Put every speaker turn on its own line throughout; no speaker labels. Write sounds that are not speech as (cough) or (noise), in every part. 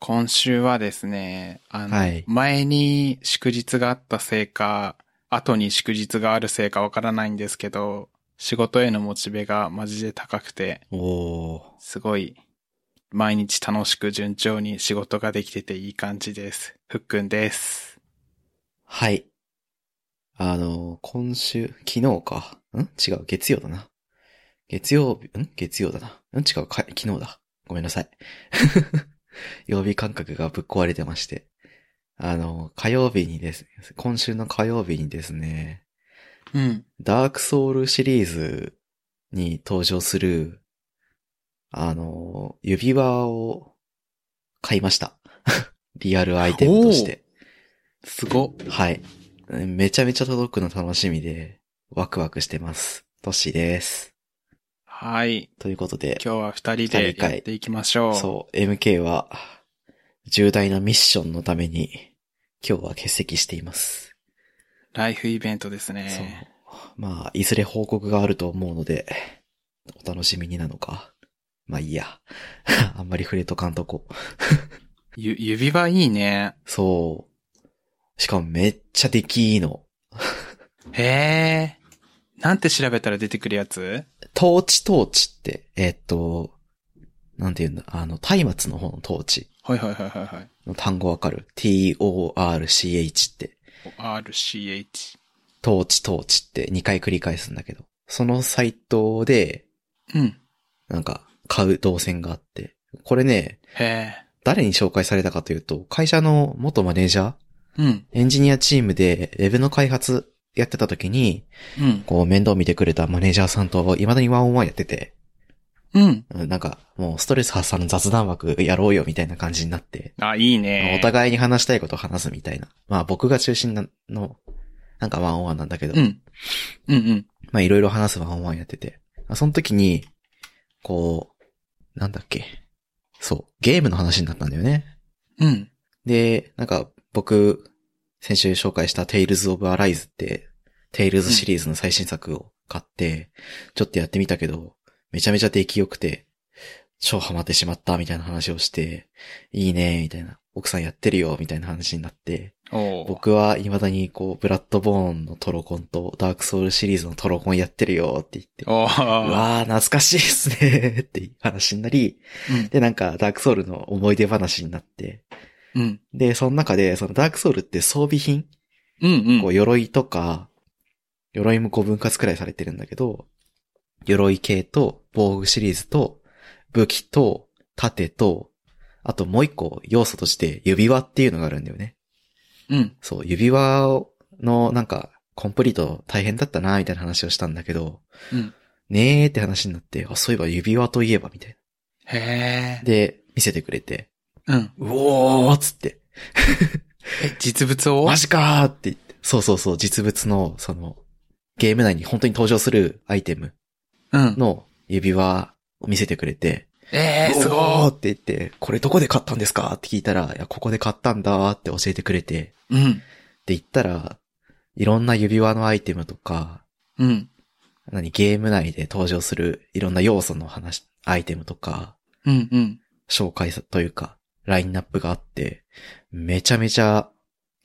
今週はですね、あの、
はい
前に祝日があったせいか、後に祝日があるせいかわからないんですけど、仕事へのモチベがマジで高くて、
おー。
すごい、毎日楽しく順調に仕事ができてていい感じです。ふっくんです。
はい。あの、今週、昨日か。ん違う、月曜だな。月曜日、ん月曜だな。ん違う、か、昨日だ。ごめんなさい。 (laughs) 曜日感覚がぶっ壊れてまして。あの、火曜日にです、今週の火曜日にですね、
うん。
ダークソウルシリーズに登場する、あの、指輪を買いました。 (laughs) リアルアイテムとして。
すご。
はい。めちゃめちゃ届くの楽しみで、ワクワクしてます。トッシーです。
はい。
ということで、
今日は二人でやっていきましょう。
そう、MK は、重大なミッションのために、今日は欠席しています。
ライフイベントですね。
そう。まあ、いずれ報告があると思うので、お楽しみになのか。まあいいや。 (laughs) あんまり触れとかんとこ。
ゆ、指輪いいね。
そう。しかもめっちゃ出来いいの。
へえ。なんて調べたら出てくるやつ
トーチトーチって、えーっと、なんていうんだ、あの、松明の方のトーチ
はいはいはいはいはい。
の単語わかる ?t-o-r-c-h って、
RCH。
トーチトーチって2回繰り返すんだけど、そのサイトで、
うん。
なんか、買う動線があって、これね、
へえ。
誰に紹介されたかというと、会社の元マネージャー、
うん。
エンジニアチームでウェブの開発やってた時に、
うん。
こう面倒見てくれたマネージャーさんと未だにワンオンワンやってて、
うん。
うんなんか、もうストレス発散の雑談枠やろうよみたいな感じになって、
あ、いい
まあ
ね。
お互いに話したいことを話すみたいな。まあ僕が中心なの、なんかワンオンワンなんだけど、
うん。うんうん。
まあいろいろ話すワンオンワンやってて。あその時に、こう、なんだっけ。そう、ゲームの話になったんだよね。
うん。
で、なんか僕、先週紹介した Tales of Arise って、Tales シリーズの最新作を買って、ちょっとやってみたけど、めちゃめちゃ出来良くて、超ハマってしまったみたいな話をして、いいねみたいな、奥さんやってるよみたいな話になって、
おー
僕は未だにこう、ブラッドボーンのトロコンとダークソウルシリーズのトロコンやってるよって言って、
お
う
ー
わー、懐かしいっすねっていう話になり、
うん。
で、なんか、ダークソウルの思い出話になって、
うん。
で、その中で、そのダークソウルって装備品、
うん。
こ
うん。
う、鎧とか、鎧も5分割くらいされてるんだけど、鎧系と、防具シリーズと、武器と、盾と、あともう一個要素として指輪っていうのがあるんだよね。
うん。
そう、指輪のなんか、コンプリート大変だったな、みたいな話をしたんだけど、
うん
ねーって話になって、あ、そういえば指輪といえば、みたい
へ
な。
え。
で、見せてくれて、
うん。
うおーっつって、
え、実物を
マジかーって言って、そうそうそう、実物の、その、ゲーム内に本当に登場するアイテム
うん。
の指輪を見せてくれて、
ええ、す
おー
ご
って言って、これどこで買ったんですかって聞いたら、いや、ここで買ったんだーって教えてくれて、
い。うん。
で言ったら、いろんな指輪のアイテムとか、
うん。
何、ゲーム内で登場するいろんな要素の話、アイテムとか、
うん。うん。
紹介さというか、ラインナップがあって、めちゃめちゃ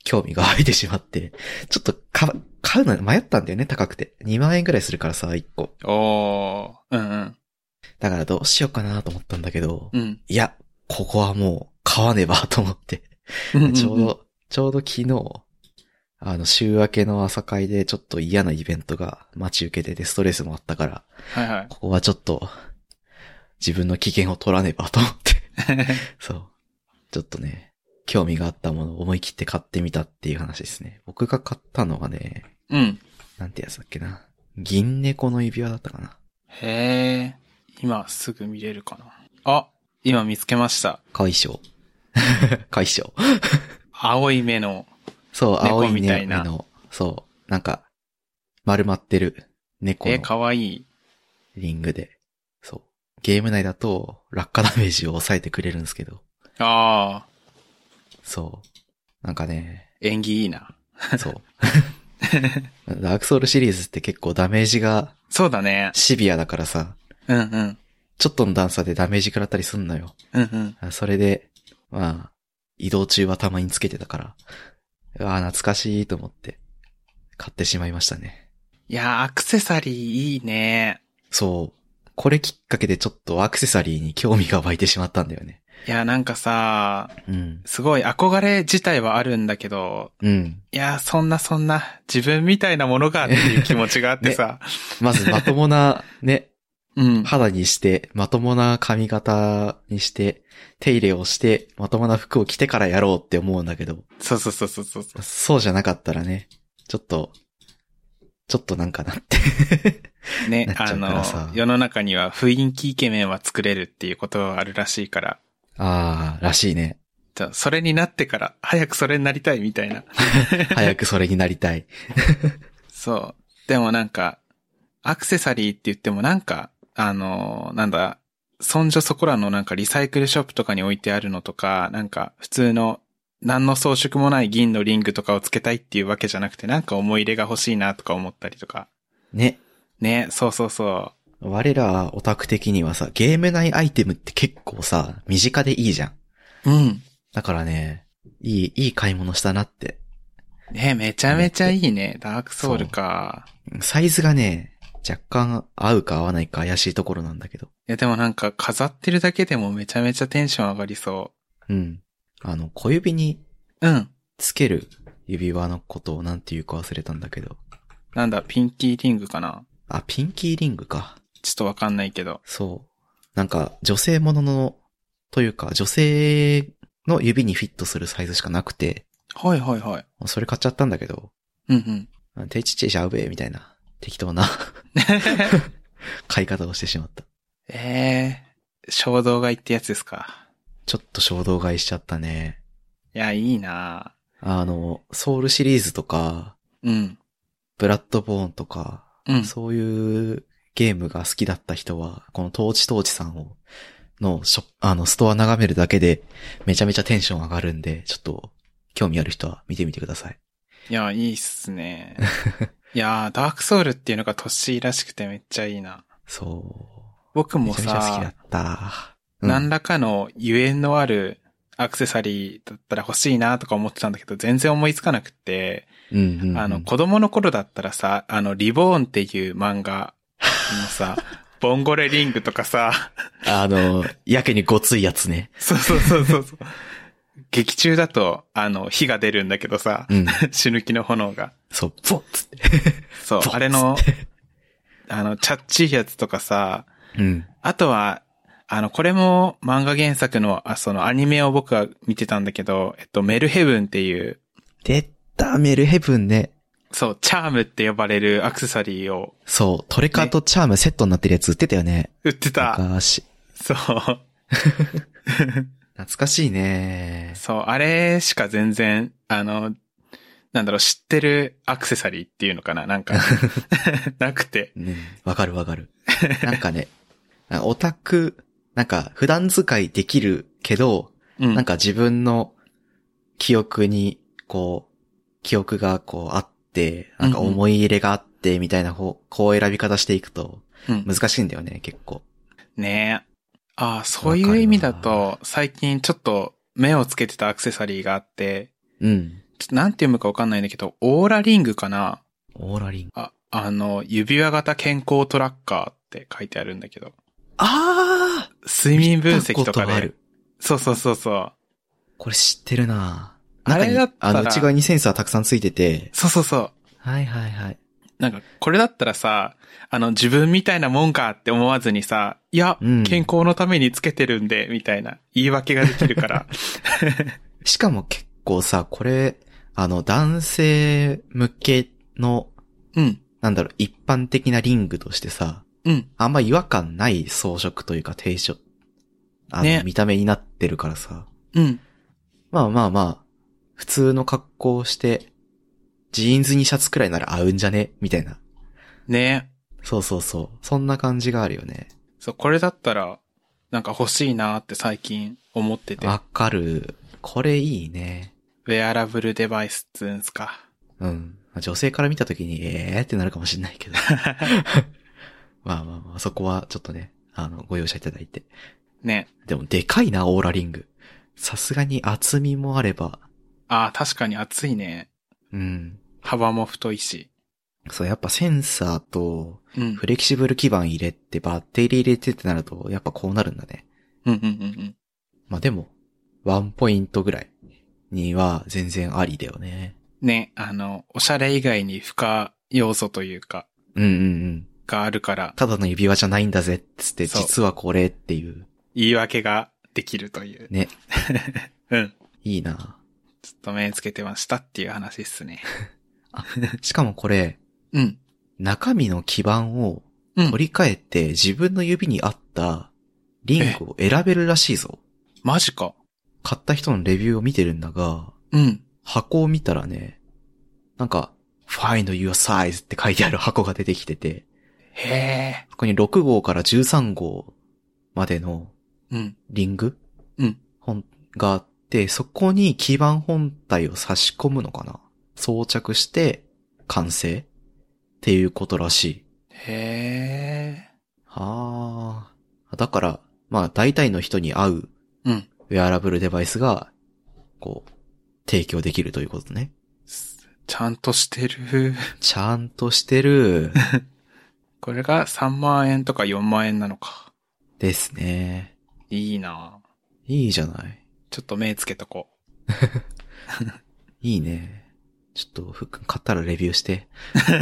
興味が湧いてしまって、ちょっとか、買うの迷ったんだよね、高くて。2万円くらいするからさ、1個。
おー。うんうん。
だからどうしようかなと思ったんだけど、
うん。
いや、ここはもう買わねばと思って。
うんん
ちょう。ど、ちょうど昨日、あの、週明けの朝会でちょっと嫌なイベントが待ち受けててストレスもあったから、
はいはい。
ここはちょっと、自分の危険を取らねばと思って。 (laughs) そう。ちょっとね、興味があったものを思い切って買ってみたっていう話ですね。僕が買ったのがね、
うん。
なんてやつだっけな。銀猫の指輪だったかな。
へえ。今すぐ見れるかな。あ、今見つけました。
かわいいっし (laughs) ょ。かわいいっしょ。
青い目の。
そう、青
猫
い
みた
ね、
いな
目の、そう、なんか、丸まってる猫
え、
の
かわいい。
リングで。そう。ゲーム内だと、落下ダメージを抑えてくれるんですけど。
ああ、
そう。なんか
(laughs)
ね、
縁起いいな。
そう。 (laughs) ダークソウルシリーズって結構ダメージが
そうだね。
シビアだからさ、
うんうん。
ちょっとの段差でダメージ食らったりすんのよ。
うんうん。
あそれで、まあ、移動中はたまにつけてたから、うわあ、懐かしいと思って、買ってしまいましたね。
いやー、アクセサリーいいね。
そう。これきっかけでちょっとアクセサリーに興味が湧いてしまったんだよね。
いやー、なんかさ、
うん。
すごい憧れ自体はあるんだけど、
うん。
いやー、そんなそんな、自分みたいなものがっていう気持ちが
(laughs)
あってさ、
まずまともな、 (laughs) ね、
うん。
肌にして、まともな髪型にして、手入れをして、まともな服を着てからやろうって思うんだけど、
そうそうそうそうそう。
そうじゃなかったらね、ちょっと、ちょっとなんかなって。な
ね
っ、ちゃ
あ
うからさ
の、世の中には雰囲気イケメンは作れるっていうことはあるらしいから、
ああ、らしいね。
じゃあそれになってから、早くそれになりたいみたいな。
早くそれになりたい。
そう。でもなんか、アクセサリーって言ってもなんか、あの、なんだ、そんじょそこらのなんかリサイクルショップとかに置いてあるのとか、なんか普通の何の装飾もない銀のリングとかをつけたいっていうわけじゃなくて、なんか思い入れが欲しいなとか思ったりとか。
(laughs) ね。
ね、そうそうそ
我らオタク的にはさ、ゲーム内アイテムって結構さ、身近でいいじゃん。
う。うん。
だからね、いい、いい買い物したなって。
ね、めちゃめちゃいいね。ダークソウルか。
サイズがね、若干合うか合わないか怪しいところなんだけど。
いやでもなんか飾ってるだけでもめちゃめちゃテンション上がりそ
うん。あの、小指に
う。うん。
つける指輪のことをなんて言うか忘れたんだけど。
なんだ、ピンキーリングかな
あ、ピンキーリングか。
ちょっとわかんないけど。
そう。なんか、女性ものの、というか、女性の指にフィットするサイズしかなくて、
はいはいはい。
それ買っちゃったんだけど、
うんうん。
手ちっちゃいしゃうべ、みたいな、適
(laughs)
当な買い方をしてしまった。
ええ衝動買いってやつですか。
ちょっと衝動買いしちゃったね。
いや、いいな
あの、ソウルシリーズとか、
うん。
ブラッドボーンとか、
うん。
そういうゲームが好きだった人は、このトーチトーチさんを、のショップ、あの、ストア眺めるだけで、めちゃめちゃテンション上がるんで、ちょっと、興味ある人は見てみてください。
いや、いいっす
(laughs)
ね。いやー、ダークソウルっていうのが年らしくてめっちゃいいな。
そう。
僕
め
も
ちゃめちゃ好きだ
さ
っ、た。うん
何らかのゆえんのあるアクセサリーだったら欲しいなとか思ってたんだけど、全然思いつかなくって、
うんうんうん
あの、子供の頃だったらさ、あの、リボーンっていう漫画の
(laughs)
さ、ボンゴレリングとかさ、
あの、やけにごついやつね。
そうそうそうそうそう。劇中だと、あの、火が出るんだけどさ、
うん。
死ぬ気の炎が。
(laughs) そう、ボッつって。
そう
ボ、ツ
あれ (laughs) の、あの、チャッチーやつとかさ、
うん。
あとは、あの、これも漫画原作の、あ、そのアニメを僕は見てたんだけど、えっと、メルヘブンっていう、
出た、メルヘブンね。
そう、チャームって呼ばれるアクセサリーを
そう、トレカとチャームセットになってるやつ売ってたよね。
売ってた。
昔。
そう。
懐かしいね。
そう、あれしか全然、あの、なんだろう、知ってるアクセサリーっていうのかな (laughs) なんか、なくて。
ね、わかるわか (laughs) る。なんかね、あオタク、なんか普段使いできるけど、
うん。
なんか自分の記憶に、こう、記憶がこうあって、なんか思い入れがあって、みたいな方、こう選び方していくと
うん
難しいんだよね、結構。
ねえ。ああ、そういう意味だと、最近ちょっと目をつけてたアクセサリーがあって、
うん。
ちょっとなんて読むかわかんないんだけど、オーラリングかな
オーラリング。
あ、あの、指輪型健康トラッカーって書いてあるんだけど、
ああ
睡眠分析とか
あ
で
る。。
そうそうそうそう。
これ知ってるな
あれだったら
中にあの、内側にセンサーたくさんついてて。
そうそうそう。
はいはいはい。
なんか、これだったらさ、あの、自分みたいなもんかって思わずにさ、いや、
うん
健康のためにつけてるんで、みたいな言い訳ができる
(laughs)
から。
しかも結構さ、これ、あの、男性向けの、
うん、
なんだろう、一般的なリングとしてさ、
うん。
あんま違和感ない装飾というか定書、あの、
ね
見た目になってるからさ。
うん。
まあまあまあ、普通の格好をして、ジーンズにシャツくらいなら合うんじゃねみたいな。
ね
そうそうそう。そんな感じがあるよね。
そう、これだったら、なんか欲しいなって最近思ってて。
わかる。これいいね。
ウェアラブルデバイスっつうんすか。
うん。まあ女性から見たときに、えーってなるかもしれないけど。まあまあまあ、そこはちょっとね、あの、ご容赦いただいて。
ね。
でも、でかいな、オーラリング。さすがに厚みもあれば、
ああ、確かに厚いね。
うん。
幅も太いし。
そう、やっぱセンサーと、
うん
フ。レキシブル基板入れて、バッテリー入れてってなると、やっぱこうなるんだね。
うんうんうんうん。
まあでも、ワンポイントぐらいには全然ありだよね。
ね、あの、おしゃれ以外に付加要素というか、
うんうんうん。
があるから、
ただの指輪じゃないんだぜっつって、
そう
実はこれっていう。
言い訳ができるという。
ね。
(laughs) うん。
いいな (laughs)
ちょっと目つけてましたっていう話っすね。
しかもこれ、
うん。
中身の基板を
うん。
取り替えて自分の指に合ったリンクを選べるらしいぞ。
マジか。
買った人のレビューを見てるんだが、
うん。
箱を見たらね、なんか、find your size って書いてある箱が出てきてて、
へえ。
そこに6号から13号までの
うん。
リング
うん
本があって、そこに基板本体を差し込むのかな装着して完成っていうことらしい。
へえ。
はあ。だから、まあ大体の人に合う
うん。
ウェアラブルデバイスが、こう、提供できるということね。
すちゃんとしてる。
ちゃんとしてる
(laughs) これが3万円とか4万円なのか。
ですね。
いいない
いじゃない。
ちょっと目つけとこ
いいね。ちょっと、ふっくん買ったらレビューして。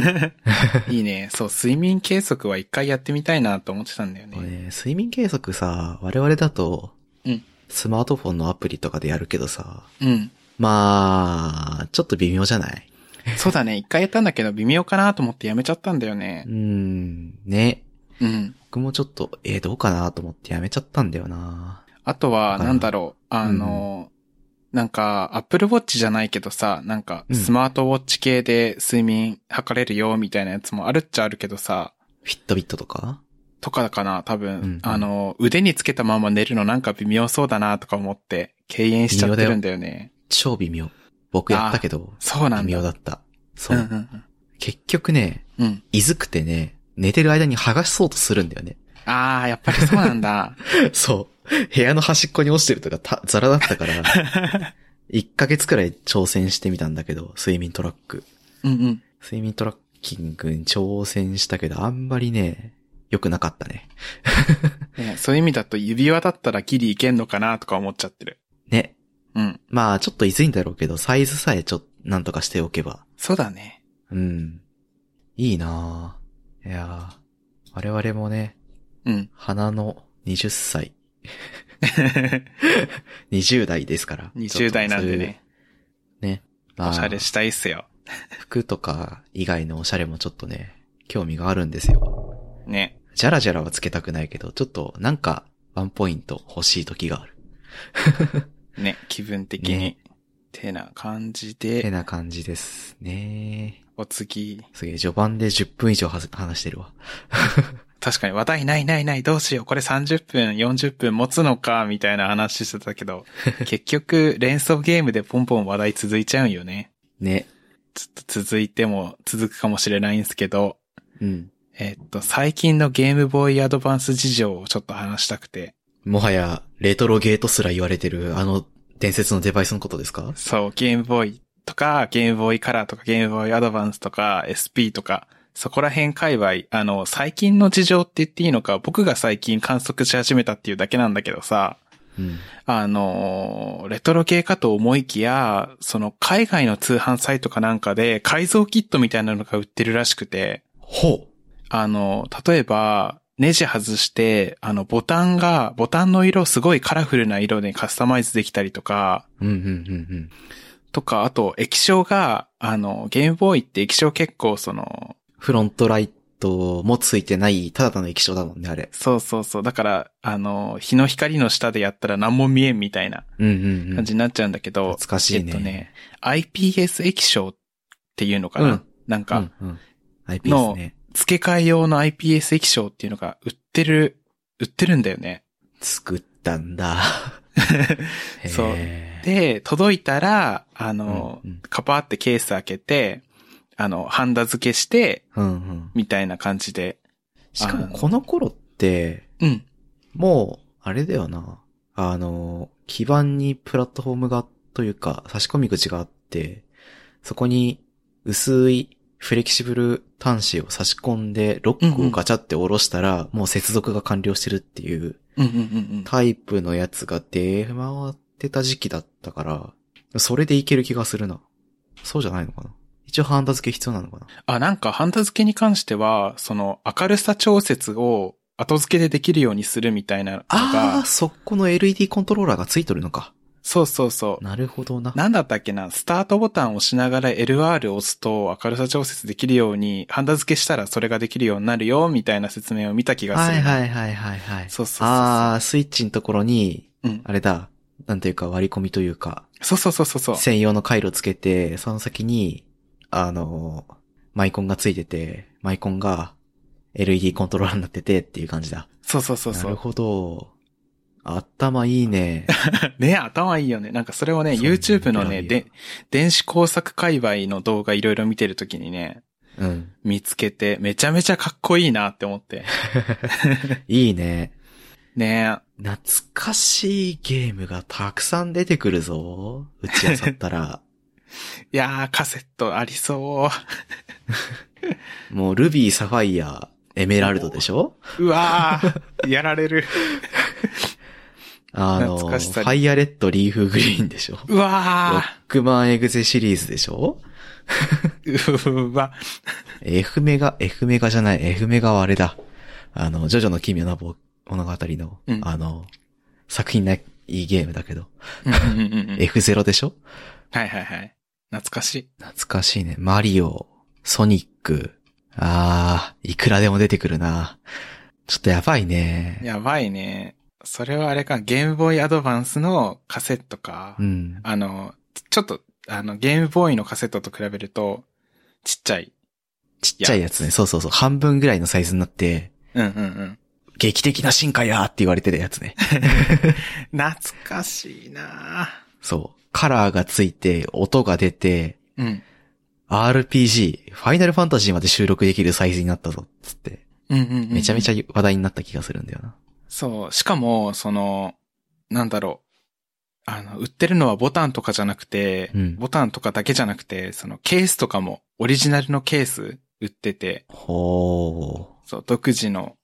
(laughs) う。いいね。そう、睡眠計測は一回やってみたいなと思ってたんだよ
これ
ね。
ね、睡眠計測さ、我々だと、
うん
スマートフォンのアプリとかでやるけどさ、
うん。
まあ、ちょっと微妙じゃない
そうだね。一回やったんだけど微妙かなと思ってやめちゃったんだよね
う。ん、ね。
うん。
僕もちょっと、えーどうかなと思ってやめちゃったんだよな。
あとは、
わからん
なんだろう。あの、なんか、Apple Watch じゃないけどさ、なんか、
うん
スマートウォッチ系で睡眠測れるよ、みたいなやつもあるっちゃあるけどさ、
フィットビットとか
とかかな、多分、
うん
あの、腕につけたまま寝るのなんか微妙そうだな、とか思って、敬遠しちゃってるんだよね。
超微妙。僕やったけど、
そうなんだ。
微妙だった。そう。
うんうん
結局ね、
うん。うん。
いずくてね、寝てる間に剥がしそうとするんだよね。
ああ、やっぱりそうなんだ。 (laughs)
そう。部屋の端っこに落ちてるとかた、ザラだったから、1
(laughs)
ヶ月くらい挑戦してみたんだけど、睡眠トラック。
うんうん。
睡眠トラッキングに挑戦したけど、あんまりね、良くなかったね。
ねそういう意味だと指輪だったらギリいけんのかな、とか思っちゃってる。
ね。
うん。
まあ、ちょっといずいんだろうけど、サイズさえちょっと、なんとかしておけば。
そうだね。
うん。いいなぁ。いやぁ我々もね、
うん。
花の20歳、20代ですから。
20代なんで
ちょっとそういう
ね。。
ね。まあ
おしゃれしたいっすよ。
服とか以外のおしゃれもちょっとね、興味があるんですよ。
ね。
じゃらじゃらはつけたくないけど、ちょっとなんかワンポイント欲しい時がある。
ね。気分的に。
ね
てな感じ
て
で、
な感じですね。
お次。
すげえ、序盤で10分以上はず話してるわ。
確かに話題ないないない、どうしよう。これ30分、40分持つのか、みたいな話してたけど、結局、連想ゲームでポンポン話題続いちゃうんよね。
ね。
ちょっと続いても続くかもしれないんですけど、
うん。
えっと、最近のゲームボーイアドバンス事情をちょっと話したくて。
もはや、レトロゲートすら言われてる、あの、伝説のデバイスのことですか
そう、ゲームボーイとか、ゲームボーイカラーとか、ゲームボーイアドバンスとか、SP とか、そこら辺界隈、あの、最近の事情って言っていいのか、僕が最近観測し始めたっていうだけなんだけどさ、
うん。
あのー、レトロ系かと思いきや、その海外の通販サイトかなんかで改造キットみたいなのが売ってるらしくて、
ほ
あの、例えば、ネジ外して、あの、ボタンが、ボタンの色をすごいカラフルな色でカスタマイズできたりとか、
う。うんうんうん
とか、あと、液晶が、あの、ゲームボーイって液晶結構その、
うん。フロントライトもついてない、ただの液晶だもんね、あれ。
そうそうそう、だから、あの、日の光の下でやったら何も見えんみたいな
うんうんうん。
感じになっちゃうんだけど、
懐かしい
え
ね。
っとね、IPS 液晶っていうのかな、
うん
なんか、
うんうん。IP ですね。
付け替え用の IPS 液晶っていうのが売ってる、売ってるんだよね。
作ったんだ。
(laughs) そう
へー、
で、届いたら、あの、
うんうん
カパーってケース開けて、あの、ハンダ付けして、
うんうん。
みたいな感じで。
しかもこの頃って、
うん。
もう、あれだよな。あの、基板にプラットフォームが、というか、差し込み口があって、そこに薄いフレキシブル端子を差し込んで、ロックをガチャって下ろしたら、もう接続が完了してるっていう
うんうんうん
タイプのやつが出回ってた時期だったから、それでいける気がするな。そうじゃないのかな一応ハンダ付け必要なのかな
あ、なんか、ハンダ付けに関しては、その、明るさ調節を後付けでできるようにするみたいなの
あ
が
あ、、そこの LED コントローラーがついとるのか。
そうそうそう。
なるほどな。
なんだったっけな、スタートボタンを押しながら LR を押すと明るさ調節できるように、ハンダ付けしたらそれができるようになるよ、みたいな説明を見た気がす
は
る。
い
い。
はいはいはいはい。
そうそうそうそう。
ああ、スイッチのところに、
うん。
あれだ、なんていうか割り込みというか、
そうそうそうそうそう。
専用の回路つけて、その先に、あの、マイコンがついてて、マイコンが LED コントローラーになっててっていう感じだ。
そうそうそうそ
なる
う。
ほど。頭い
(laughs)
いね。
ね、頭いいよね。なんかそれをね、
そう
YouTube のね、
偉いよ
で、電子工作界隈の動画いろいろ見てるときにね、
うん。
見つけて、めちゃめちゃかっこいいなって思って。
いいね。
ね
懐かしいゲームがたくさん出てくるぞ。打ちあさった
(laughs)
ら。
いやー、カセットありそ
もうルビー、サファイア、エメラルドでしょ
う。うわー、やられる。
あの、フ
懐かしさに
ァイアレッド、リーフグリーンでしょ
う
ロッ
わ
クマンエグゼシリーズでしょ
ー、うわ、
?F メガ、F メガじゃない、F メガはあれだ。あの、ジョジョの奇妙な冒物語の、
うん
あの、作品ないいゲームだけど、
うんうんうんうん
F0 でしょ
はいはいはい。懐かしい。
懐かしいね。マリオ、ソニック。あー、いくらでも出てくるな。ちょっとやばいね。
やばいね。それはあれか、ゲームボーイアドバンスのカセットか。
うん。
あの、ちょっと、あの、ゲームボーイのカセットと比べると、ちっちゃい。
ちっちゃいやつね。そうそうそう。半分ぐらいのサイズになって、
うんうんうん。
劇的な進化やーって言われてたやつ (laughs) ね。
懐かしいな
そう。カラーがついて、音が出て、
うん。
RPG、ファイナルファンタジーまで収録できるサイズになったぞ、つって。
うんうんうんうん。
めちゃめちゃ話題になった気がするんだよな。
そう。しかも、その、なんだろう。あの、売ってるのはボタンとかじゃなくて、
うん
ボタンとかだけじゃなくて、そのケースとかも、オリジナルのケース売ってて、
ほ
そう、独自の、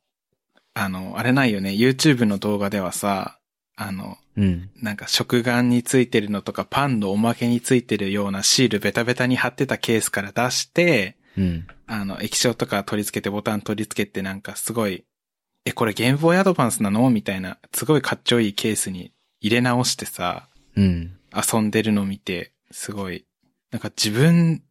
あの、あれないよね、YouTube の動画ではさ、あの、
ー。うん。
なんか食玩についてるのとか、パンのおまけについてるようなシールベタベタに貼ってたケースから出して、
うん。
あの、液晶とか取り付けて、ボタン取り付けて、なんかすごい、え、これゲームボーイアドバンスなのみたいな、すごいかっちょいいケースに入れ直してさ、
うん。
遊んでるの見て、すごい、なんか自分、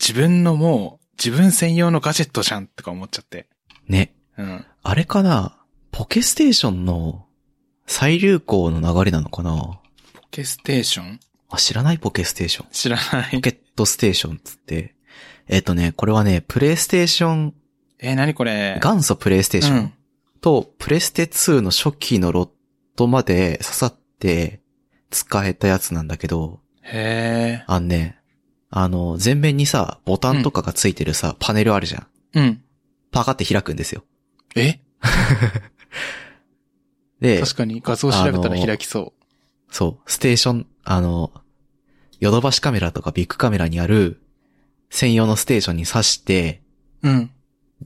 自分のもう、自分専用のガジェットじゃんとか思っちゃって。
ね。
うん。
あれかなポケステーションの最流行の流れなのかな
ポケステーション
あ、知らないポケステーション。
知らな
ポ
い。
ケットステーションっつって。えっ、とね、これはね、プレイステーション、
え、なにこれン
元祖プレイステーション、
うん。
と、プレステ2の初期のロットまで刺さって使えたやつなんだけど、
へ
あのね、あの、前面にさ、ボタンとかがついてるさ、パネルあるじゃん。
え。うん。
パカって開くんですよ。
え
で、
確かに画像調べたら開きそ
そう、ステーション、あの、ヨドバシカメラとかビッグカメラにある専用のステーションに挿して
う。うん。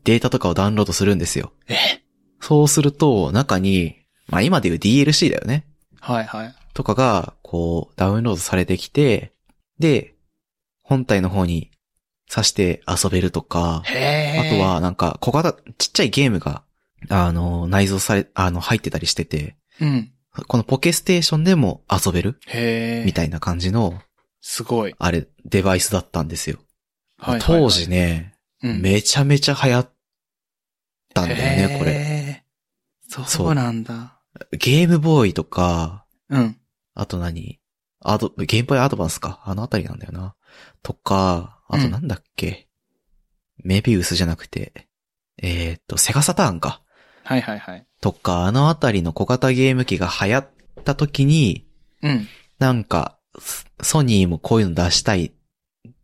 データとかをダウンロードするんですよ。
え
そうすると中に、まあ今でいう DLC だよね。
はいはい。
とかが、こう、ダウンロードされてきて、で、本体の方に挿して遊べるとか、
へ
あ
え。
と、はなんか小型、ちっちゃいゲームが、あの、内蔵され、あの、入ってたりしてて、
うん。
このポケステーションでも遊べる
へえ。
みたいな感じの、
すごい。
あれ、デバイスだったんですよ。
はいはいはい
当時、ね、
うん
めちゃめちゃ流行ったんだよね、これ。
れ。そう
そう
なんだ。
ゲームボーイとか、
うん。
あと何アド、ゲームボーイアドバンスか。あのあたりなんだよな。とか、あとなんだっけ、メビウスじゃなくて、えーっと、セガサターンか。
はいはいはい。
とか、あのあたりの小型ゲーム機が流行った時に、
うん。
なんか、ソソニーもこういうの出したい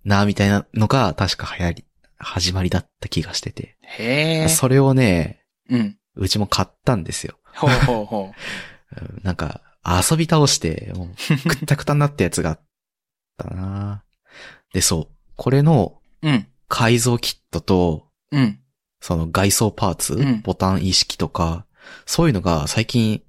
な、みたいなのが確か流行り、始まりだった気がしてて。
へえ。
それをね、
うん。
うちも買ったんですよ。
ほうほうほ
うんなんか、遊び倒して、も (laughs) う、くったくたになったやつがあったなで、そう。これの
うん。
改造キットと、
うん。
その外装パーツ、
うん
ボタン意識とか、そういうのが最近、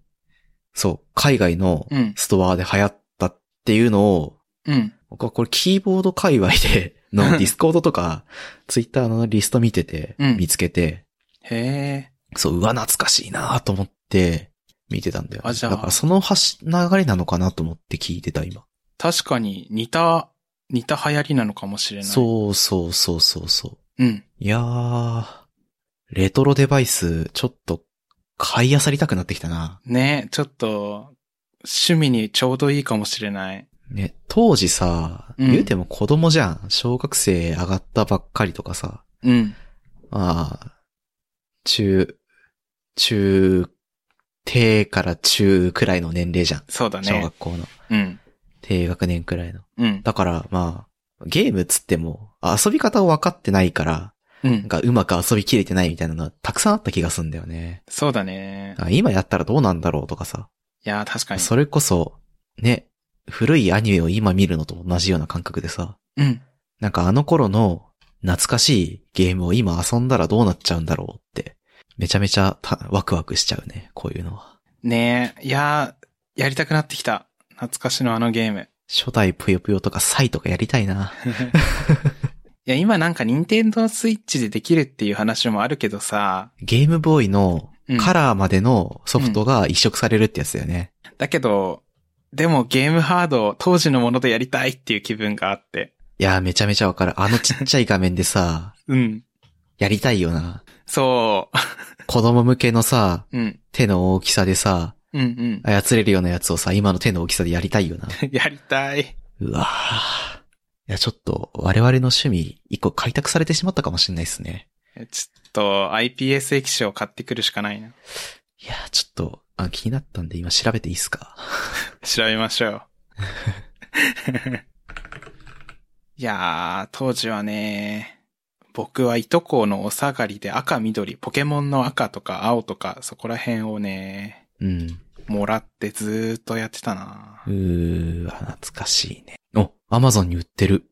そう、海外の
うん。
ストアで流行ったっていうのを、
うん。
僕はこれキーボード界隈での
(laughs)
ディスコードとか、ツイッターのリスト見てて、
うん
見つけて、
へえ。
そう、うわ、懐かしいなと思って、見てたんだよ、
あじゃあ
だからそのはし流れなのかなと思って聞いてた、今。
確かに似た、似た流行りなのかもしれない。う。
そうそうそうそうそう。
うん。
いやー、レトロデバイス、ちょっと、買い漁りたくなってきたな。
ねちょっと、趣味にちょうどいいかもしれない。
ね、当時さ、
うん
言うても子供じゃん。小学生上がったばっかりとかさ、
うん。
まあ、中、中、低から中くらいの年齢じゃん。
そうだ
小
ね。
学校の。
うん。
低学年くらいの。
うん。
だから、まあ、ゲームっつっても、遊び方を分かってないから、
う
なん
ん。
かうまく遊びきれてないみたいなのはたくさんあった気がすんだよね。
そうだね。
あ今やったらどうなんだろうとかさ。
いやー、確かに。
それこそ、ね、古いアニメを今見るのと同じような感覚でさ、
うん。
なんかあの頃の懐かしいゲームを今遊んだらどうなっちゃうんだろうって、めちゃめちゃたワクワクしちゃうね、こういうのは。
ねえ、いやー、やりたくなってきた。懐かしのあのゲーム。
初代ぷよぷよとかサイとかやりたいな。
いや、今なんか任天堂スイッチでできるっていう話もあるけどさ、
ゲームボーイの
うん
カラーまでのソフトが移植されるってやつだよね。
だけど、でもゲームハードを当時のものでやりたいっていう気分があって。
いやーめちゃめちゃわかる。あのちっちゃい画面でさ、 (laughs)
うん。
やりたいよな。
そ
子供向けのさ、
う。うん。
手の大きさでさ、
うんうん。
操れるようなやつをさ、今の手の大きさでやりたいよな。
やりたい。
うわぁ。いや、ちょっと、我々の趣味、一個開拓されてしまったかもしれないですね。
ちょっと iPS 液晶を買ってくるしかないな。
いや、ちょっと、あ、気になったんで今調べていいっすか
調べましょう。いやー、当時はね、僕はいとこのお下がりで赤緑、ポケモンの赤とか青とか、そこら辺をね、
うん。
もらってずーっとやってたな
うーわ、懐かしいね。お、アマゾンに売ってる。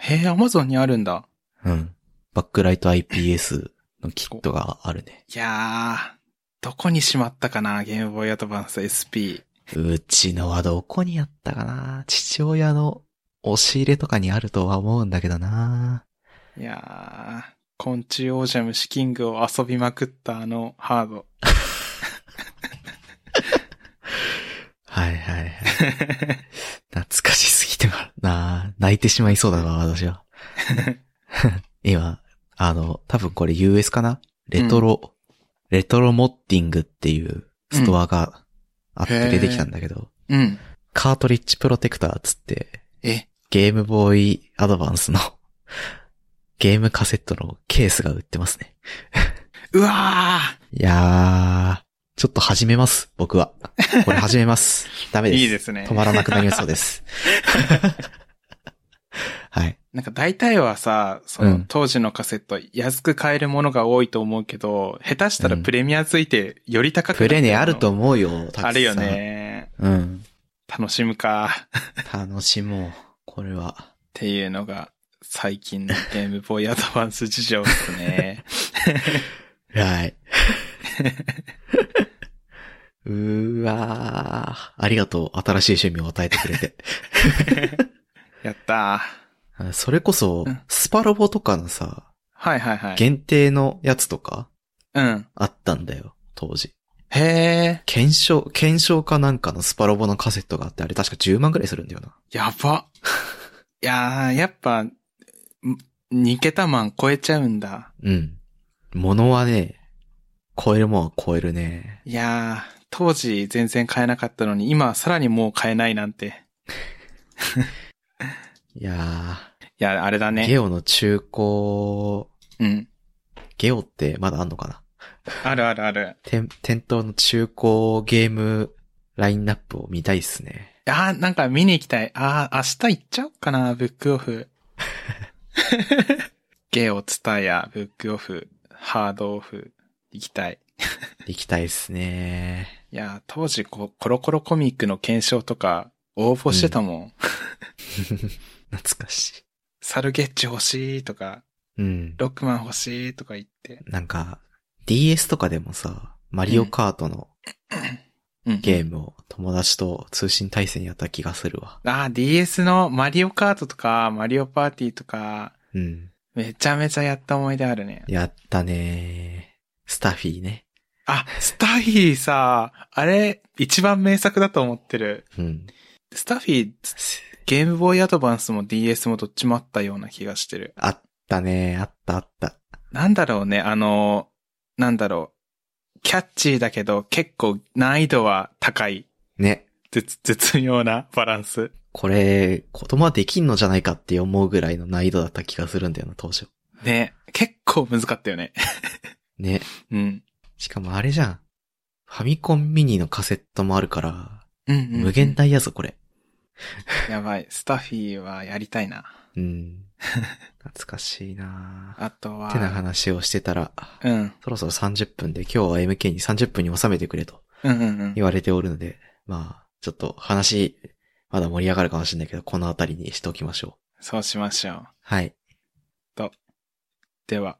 へえ、アマゾンにあるんだ。
うん。バックライト IPS のキットがあるね。
いやー、どこにしまったかなゲームボーイアドバンス SP。
うちのはどこにあったかな父親の押し入れとかにあるとは思うんだけどない
やー、昆虫王者虫キングを遊びまくったあのハード。
はいはいはい。懐かしすぎてはなあ泣いてしまいそうだな、私は。 (laughs) 今、あの、多分これ US かなレトロ、レトロモッティングっていうストアがあって
うんへー
出てきたんだけど、
うん。
カートリッジプロテクターっつって、
え、
ゲームボーイアドバンスの (laughs) ゲームカセットのケースが売ってますね。
うわ
いやー、ちょっと始めます、僕は。これ始
(laughs)
めます。ダメ
ー
です。
いいですね。
止まらなくなりそ
(laughs)
うです。はい。
なんか大体はさ、そうの
ん
当時のカセット、安く買えるものが多いと思うけど、下手したらプレミアついてより高くな
プ
って
レ
る
ネあると
う。
思うよ、たくさん。
あるよ。ね。
うん。
楽しむか。 (laughs) っ
楽しもう。これは。
ていうのが、最近のゲームボーイアドバンス事情です
(laughs)
ね。
はい。 (laughs) うーわー。ありがとう。新しい趣味を与えてくれて。
やったー。
あそれこそ
うん、
スパロボとかのさ、
はいはいはい。
限定のやつとか、
うん。
あったんだよ、当時。
へえ、
検証、検証かなんかのスパロボのカセットがあって、あれ確か10万くらいするんだよな。
やば。 (laughs) いやー、やっぱ、ん2桁万超えちゃうんだ。
うん。物はね、超えるもんは超えるね。
いやー、当時全然買えなかったのに、今はさらにもう買えないなんて。
いや
いや、あれだ
ー、
ね
ゲ。オの中古、
うん。
ゲオってまだあんのかな
あるあるある。
店店頭の中古ゲームラインナップを見たいっすね。
あー、なんか見に行きたい。あー、明日行っちゃおうかな、ブックオ (laughs) フ。ゲオ、ツタヤ、ブックオフ、ハードオフ、行きたい。
行きたいっすね。
いや、当時こう、コロコロコミックの検証とか応募してたもん。
懐かし
サルゲッチ欲しいとか、
い。うん。
ロックマン欲しいとか言って。
なんか、DS とかでもさ、マリオカートの
うん
ゲームを友達と通信対戦やった気がするわ。
あー、DS のマリオカートとか、マリオパーティーとか、
うん。
めちゃめちゃやった思い出あるね。
やったねー。スタフィーね。
あ、スタフィーさ、あれ、一番名作だと思ってる。
うん。
スタフィー、ゲームボーイアドバンスも DS もどっちもあったような気がしてる。
あったねー。あったあった。
なんだろうね、あの、なんだろう。キャッチーだけど、結構難易度は高い。
ね。
絶、絶妙なバランス。
これ、子供はできんのじゃないかって思うぐらいの難易度だった気がするんだよな、当初。
ね、結構難かったよね。
ね。
うん。
しかもあれじゃん。ファミコンミニのカセットもあるから、
うん、うん。
無限。大やぞ、これ。
やばい。スタフィーはやりたいな。 (laughs)
うん。懐かしいな
あとは。
ぁ。てな話をしてたら、
うん。
そろそろ30分で今日は MK に30分に収めてくれと
うんうんうん。
言われておるので、まあ、ちょっと話、まだ盛り上がるかもしれないけど、このあたりにしておきましょう。
そうしましょう。
はい。
では、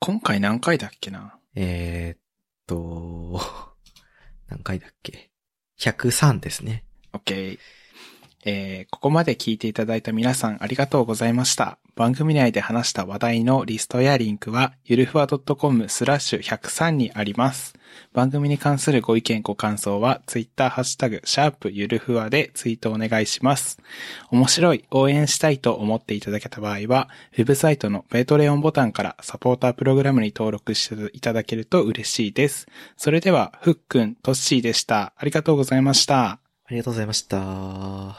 今回何回だっけな
えー、っと、 (laughs) 何回だっけ ?103 ですね。
?OK。えー、ここまで聞いていただいた皆さんありがとうございました。番組内で話した話題のリストやリンクは、ゆるふわ .com スラッシュ103にあります。番組に関するご意見ご感想は、ツイッターハッシュタグ、シャープゆるふわでツイートお願いします。面白い、応援したいと思っていただけた場合は、ウェブサイトのペトレオンボタンからサポータープログラムに登録していただけると嬉しいです。それでは、ふっくん、とっしーでした。ありがとうございました。
ありがとうございました。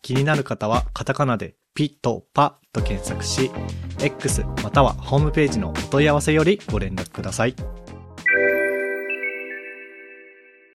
気になる方はカタカナでピトパと検索し X またはホームページのお問い合わせよりご連絡ください。